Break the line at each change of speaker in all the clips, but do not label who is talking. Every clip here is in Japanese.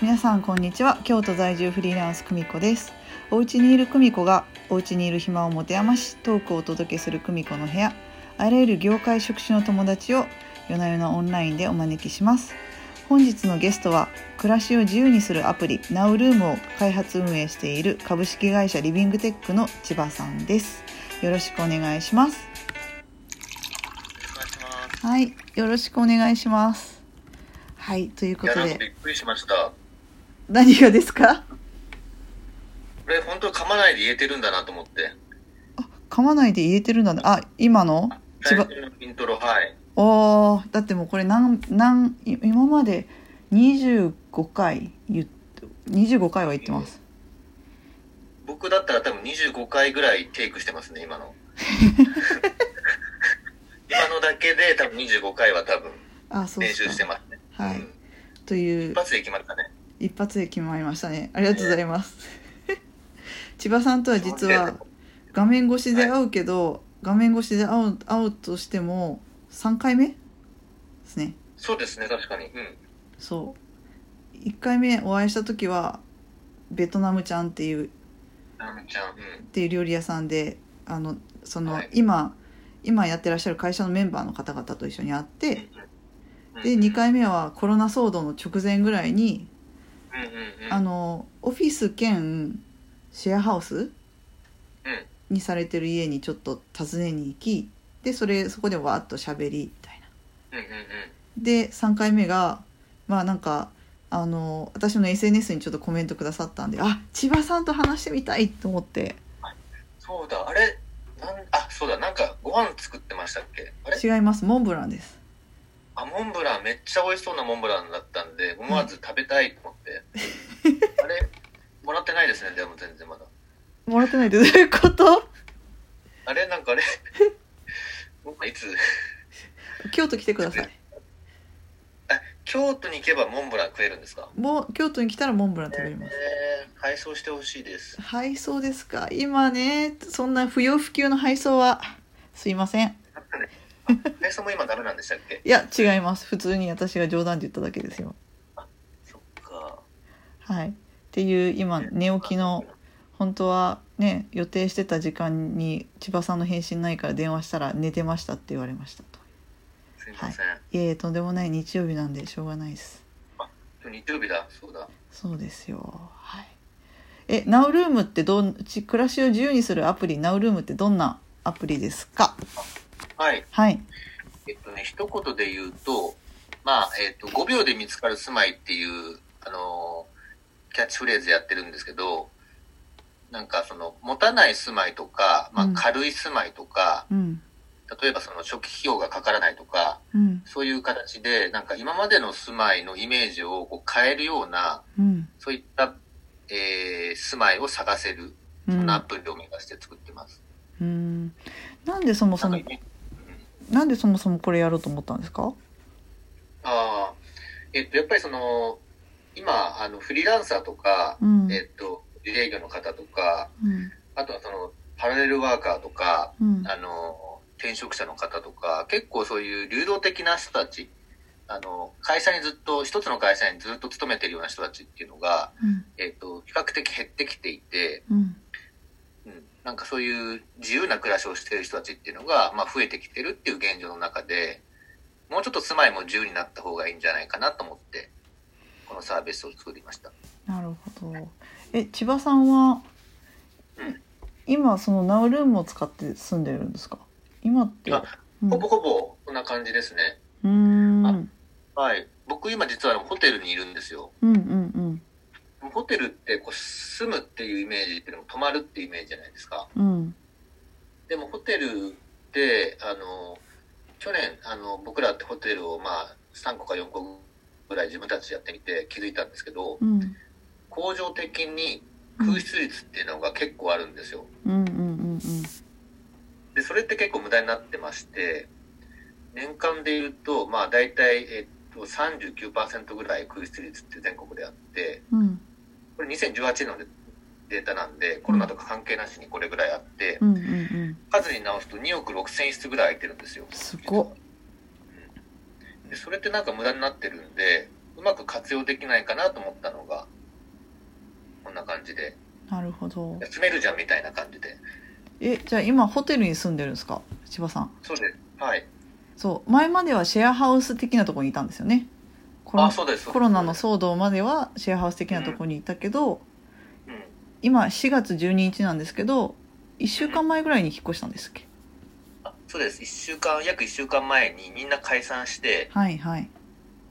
皆さんこんにちは京都在住フリーランス久美子ですお家にいる久美子がお家にいる暇を持て余しトークをお届けする久美子の部屋あらゆる業界職種の友達を夜な夜なオンラインでお招きします本日のゲストは暮らしを自由にするアプリ NowRoom を開発運営している株式会社リビングテックの千葉さんですよろしくお願いします
お願いします。
はいよろしくお願いしますはいというこ
いや、
と
なんか
で
びっくりしました。
何がですか
これ本当噛まないで言えてるんだなと思って。
あ噛まないで言えてるんだねあ今の千
最
葉
初のイントロ、はい。
おーだってもうこれ何何い今まで25回言って25回は言ってます
僕だったら多分25回ぐらいテイクしてますね、今 の。今のだけで多分25回は多分
あそう
練
です
習
か
してますね。
は
う
い
ん
という
一発で決まったね。
一発で決まりましたねありがとうございます 千葉さんとは実は画面越しで会うけど、画面越しで会う会うとしても3回目ですね
そうですね、確かに。うん。
そう1回目お会いした時はベトナムちゃんっていう
ラムちゃん。うん
っ。ていう料理屋さんであのその、
はい
今今やってらっしゃる会社のメンバーの方々と一緒に会って
うん
で2。回目はコロナ騒動の直前ぐらいに
うんうんうん。
あのオフィス兼シェアハウスにされてる家にちょっと訪ねに行きでそれそこでわーっと喋りみたいな。
うんうんうん。
で3回目がまあなんかあの私の SNS にちょっとコメントくださったんであ千葉さんと話してみたいと思って
そうだ、あれ、なんあ、そうだ、なんかご飯作ってましたっけあれ
違いますモンブランです。
あモンブランめっちゃ美味しそうなモンブランだったんで思わず食べたいと思 って、あれもらってないですねでも全然まだ
もらってないってどういうこと
あれなんかあれなんかいつ
京都来てください
京都に行けばモンブラン食えるんですか
もう京都に来たらモンブラン食べれます
えー、配送してほし いです
配送ですか今ねそんな不要不急の配送はすいません
配送も今ダメなんでしたっけ
いや違います普通に私が冗談で言っただけですよ
そっか
はいっていう今寝起きの本当はね予定してた時間に千葉さんの返信ないから電話したら寝てましたって言われましたと
すいません、
いえいえとんでもない日曜日なんでしょうがないです
今日日曜日だそうだ
そうですよはいえ NowRoom ってどんち暮らしを自由にするアプリ NowRoom ってどんなアプリですか
はい
はい
えっとね一言で言うとまあえっと5秒で見つかる住まいっていうあのーキャッチフレーズやってるんですけどなんかその持たない住まいとか、ま
う
あ
ん、
軽い住まいとか、
うん
例えばその初期費用がかからないとか
うん
そういう形でなんか今までの住まいのイメージをこう変えるような
うん
そういった、えー住まいを探せる
う
そん
ん
なアプリを目指して作ってます。
うんなんでそもそ
な
も
んかイメ
なんでそもそもこれやろうと思ったんですか
ああ、えっと、やっぱりその、今、あの、フリーランサーとか、
うん
えっと、自営業の方とか、
うん
あとはその、パラレルワーカーとか、
うん
あの、転職者の方とか、結構そういう流動的な人たち、あの、会社にずっと、一つの会社にずっと勤めてるような人たちっていうのが、
うん
えっと、比較的減ってきていて、
うん
うん、なんかそういう自由な暮らしをしてる人たちっていうのが、まあ、増えてきてるっていう現状の中でもうちょっと住まいも自由になった方がいいんじゃないかなと思ってこのサービスを作りました
なるほどえ千葉さんは
うん
今その NowRoom を使って住んでるんですか今って
今
うん
ほぼほぼこんな感じですね
うんうん
はい僕今実はあのホテルにいるんですよ
うんうん
ホテルってこう住むっていうイメージっていうのも泊まるっていうイメージじゃないですか
うん
でもホテルってあの去年あの僕らってホテルをまあ3個か4個ぐらい自分たちでやってみて気づいたんですけど、
うん
恒常的に空室率っていうのが結構あるんですよ
うんうんうん
でそれって結構無駄になってまして年間で言うとまあ大体、えっと、39%ぐらい空室率って全国であって
うんうん
これ2018年のデータなんでコロナとか関係なしにこれぐらいあって
うんうんうん
数に直すと2億6000室ぐらい空いてるんですよ
すごっ
でそれってなんか無駄になってるんでうまく活用できないかなと思ったのが、こんな感じで、
なるほど
休めるじゃんみたいな感じで。
えじゃあ今ホテルに住んでるんですか千葉さん
そうです。はい。
そう前まではシェアハウス的なところにいたんですよねコロ
あ、そうです。
コロナの
そう
騒動まではシェアハウス的なところにいたけど、
です。うん。
今4月12日なんですけど1週間前ぐらいに引っ越したんですっけ
あそうです。一週間、約一週間前にみんな解散して、
はいはい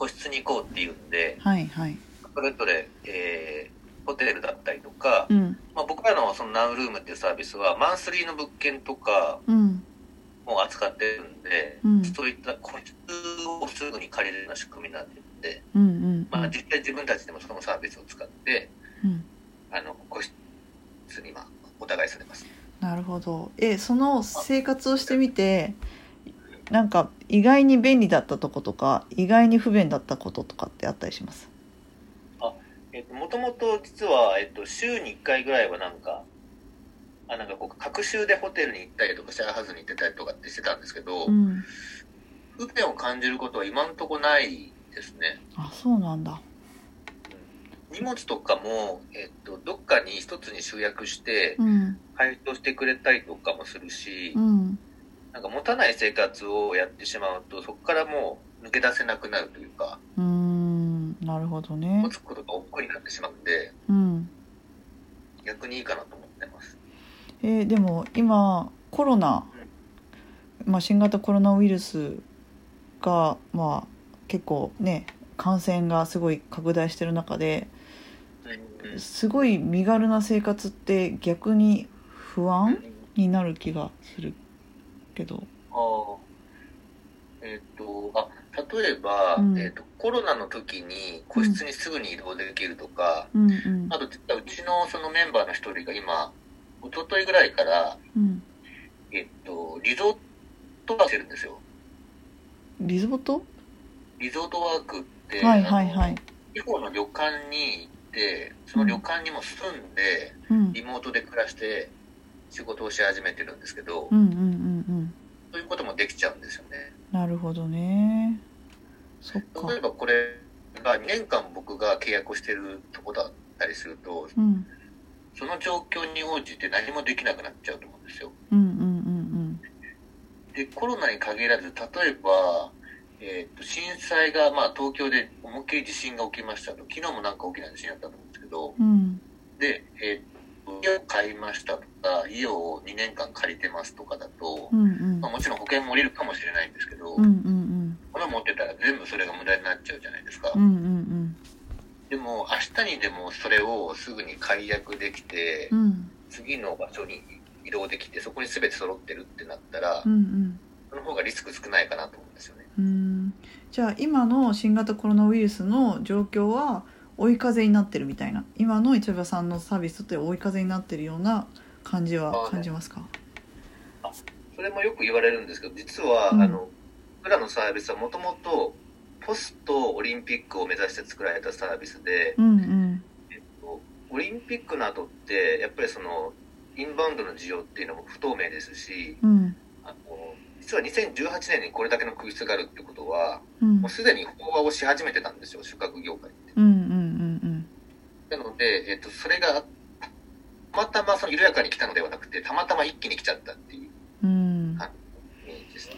個室に行こうっていうんで、
はいはい
それぞれ、えーホテルだったりとか、
うん
まあ、僕らのそのナウルームっていうサービスは、マンスリーの物件とか
うん
も扱ってるんで、
うん
そういった個室をすぐに借りれるような仕組みになってるんで、
うんうん
まあ、実際自分たちでもそのサービスを使って、
うん
あの、個室に、まあ、お互い住んでます。
なるほどえその生活をしてみてなんか意外に便利だったとことか意外に不便だったこととかってあったりします
えっと、もともと実は、えっと、週に1回ぐらいはなんか、あなんかこう、各週でホテルに行ったりとか、シェアハウスに行ってたりとかってしてたんですけど、
うん
不便を感じることは今んとこないですね。
あそうなんだ
荷物とかも、えっと、どっかに一つに集約して、
うん
配送してくれたりとかもするし
う、ん
なんか持たない生活をやってしまうと、そこからもう抜け出せなくなるというか、
うーんなるほどね
持つことが億劫になってしまうんで、
うん
逆にいいかなと思ってます。
えーでも今コロナ、まあ、新型コロナウイルスが、まあ、結構ね感染がすごい拡大してる中で
うん
すごい身軽な生活って逆に不安になる気がするけど
あーえっ、と、あ、例えば、
うん
えっ、と、コロナの時に個室にすぐに移動できるとか、
うんうん
あと、実はうちのそのメンバーの一人が今、一昨日ぐらいから、
うん
えっ、と、リゾートワークしてるんですよ。
リゾート
リゾートワークって、
はいはい
あの
はい
地方の旅館に行って、その旅館にも住んで、
うん
リモートで暮らして仕事をし始めてるんですけど、
うんうんうんうん
そういうこともできちゃうんですよね。
なるほどねそっか
例えばこれが2年間僕が契約をしてるとこだったりすると、
うん
その状況に応じて何もできなくなっちゃうと思うんですよ。
うんうんうん
で、コロナに限らず、例えば、えー、と震災が、まあ、東京で思いっきり地震が起きましたと、昨日もなんか大きな地震あったと思うんですけど、
うんうん
で、えー、と家を買いましたとか、家を2年間借りてますとかだと
う、んうん
まあ、もちろん保険も下りるかもしれないんですけど、
うんうん
物持ってたら全部それが無駄になっちゃうじゃないですか。
うんうんうん
でも、明日にでもそれをすぐに解約できて、
うん
次の場所に移動できて、そこに全て揃ってるってなったら、
うんうん
その方がリスク少ないかなと思うんですよね。
うーんじゃあ今の新型コロナウイルスの状況は追い風になってるみたいな今の市場さんのサービスって追い風になってるような感じ
あー
は
ね
感じますか
それもよく言われるんですけど、実は、
うん
あの、僕らのサービスはもともと、ポストオリンピックを目指して作られたサービスで、
うんうん
えっとオリンピックの後って、やっぱりその、インバウンドの需要っていうのも不透明ですし、
うん
あの実は2018年にこれだけの空室があるってことは、
うん
もうすでに飽和をし始めてたんですよ、宿泊業界って。
うんうんうん
なので、えっと、それが、たまたまその緩やかに来たのではなくて、たまたま一気に来ちゃったっていう
うんうん
はいイメージですね。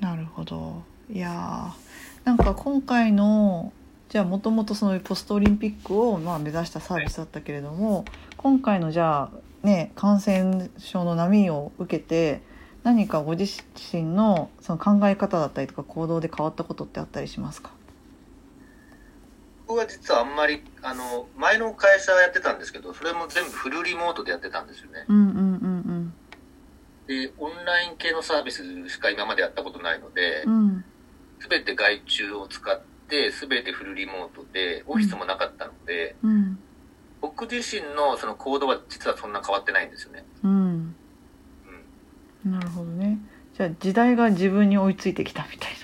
なるほどいやーなんか今回のじゃあもともとそのポストオリンピックをまあ目指したサービスだったけれども今回のじゃあね感染症の波を受けて何かご自身のその考え方だったりとか行動で変わったことってあったりしますか
僕は実はあんまり、あの、前の会社やってたんですけど、それも全部フルリモートでやってたんですよね。
うんうんうん
で、オンライン系のサービスしか今までやったことないので
う、ん
すべて外注を使って、すべてフルリモートで、オフィスもなかったので、
うんうん
僕自身のその行動は実はそんな変わってないんですよね。
うん
うん
なるほどねじゃあ時代が自分に追いついてきたみたいな
っ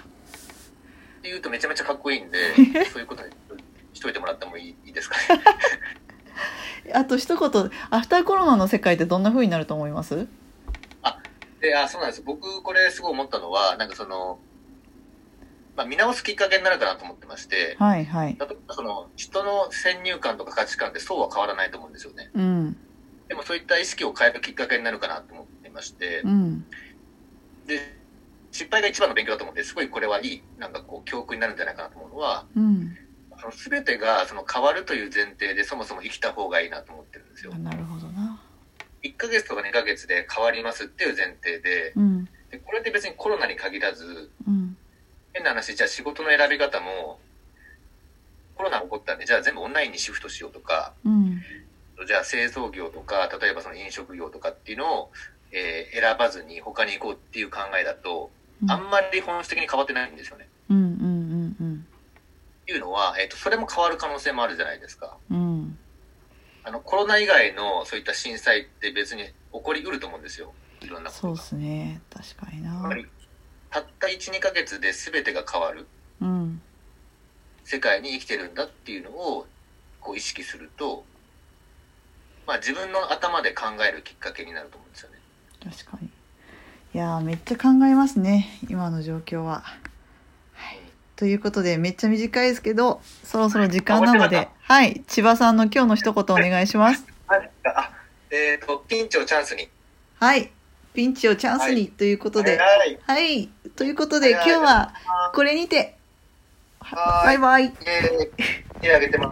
て言うとめちゃめちゃかっこいいんで、そういうことにしといてもらってもいいいいですかね。
あと一言アフターコロナの世界ってどんな風になると思います
で、あ、そうなんです。僕、これすごい思ったのは、なんかその、まあ、見直すきっかけになるかなと思ってまして、
はいはい
例えばその人の先入観とか価値観ってそうは変わらないと思うんですよね。
うん
でもそういった意識を変えるきっかけになるかなと思っていまして
う、ん
で、失敗が一番の勉強だと思うんで、すごいこれはいい、なんかこう教訓になるんじゃないかなと思うのは、
うん
その全てがその変わるという前提でそもそも生きた方がいいなと思ってるんですよ
あ。なるほどな
1ヶ月とか2ヶ月で変わりますっていう前提で、
うん
でこれって別にコロナに限らず、
うん
変な話、じゃあ仕事の選び方も、コロナ起こったんで、じゃあ全部オンラインにシフトしようとか、
うん
じゃあ製造業とか、例えばその飲食業とかっていうのを、えー選ばずに他に行こうっていう考えだと、
うん
あんまり本質的に変わってないんですよね。
うんうんうん
いうのは、えっ、と、それも変わる可能性もあるじゃないですか。
うんうん
あの、コロナ以外のそういった震災って別に起こりうると思うんですよ。いろんなこ
そ
と
う
が。
っすね確かに
つ
な
まりたった1、2ヶ月で全てが変わる。
うん
世界に生きてるんだっていうのをこう意識すると、まあ、自分の頭で考えるきっかけになると思うんですよね。
確かにいやーめっちゃ考えますね今の状況は。ということでめっちゃ短いですけどそろそろ時間なの
はい
ではい千葉さんの今日の一言お願いし ます。
はい、あえっ、とピンチをチャンスに。
はいピンチをチャンス
は
にということで
はい、
はいということで
は
今
い
日はこれにて
は
バ
い
イバイ。
えー、手挙げてます。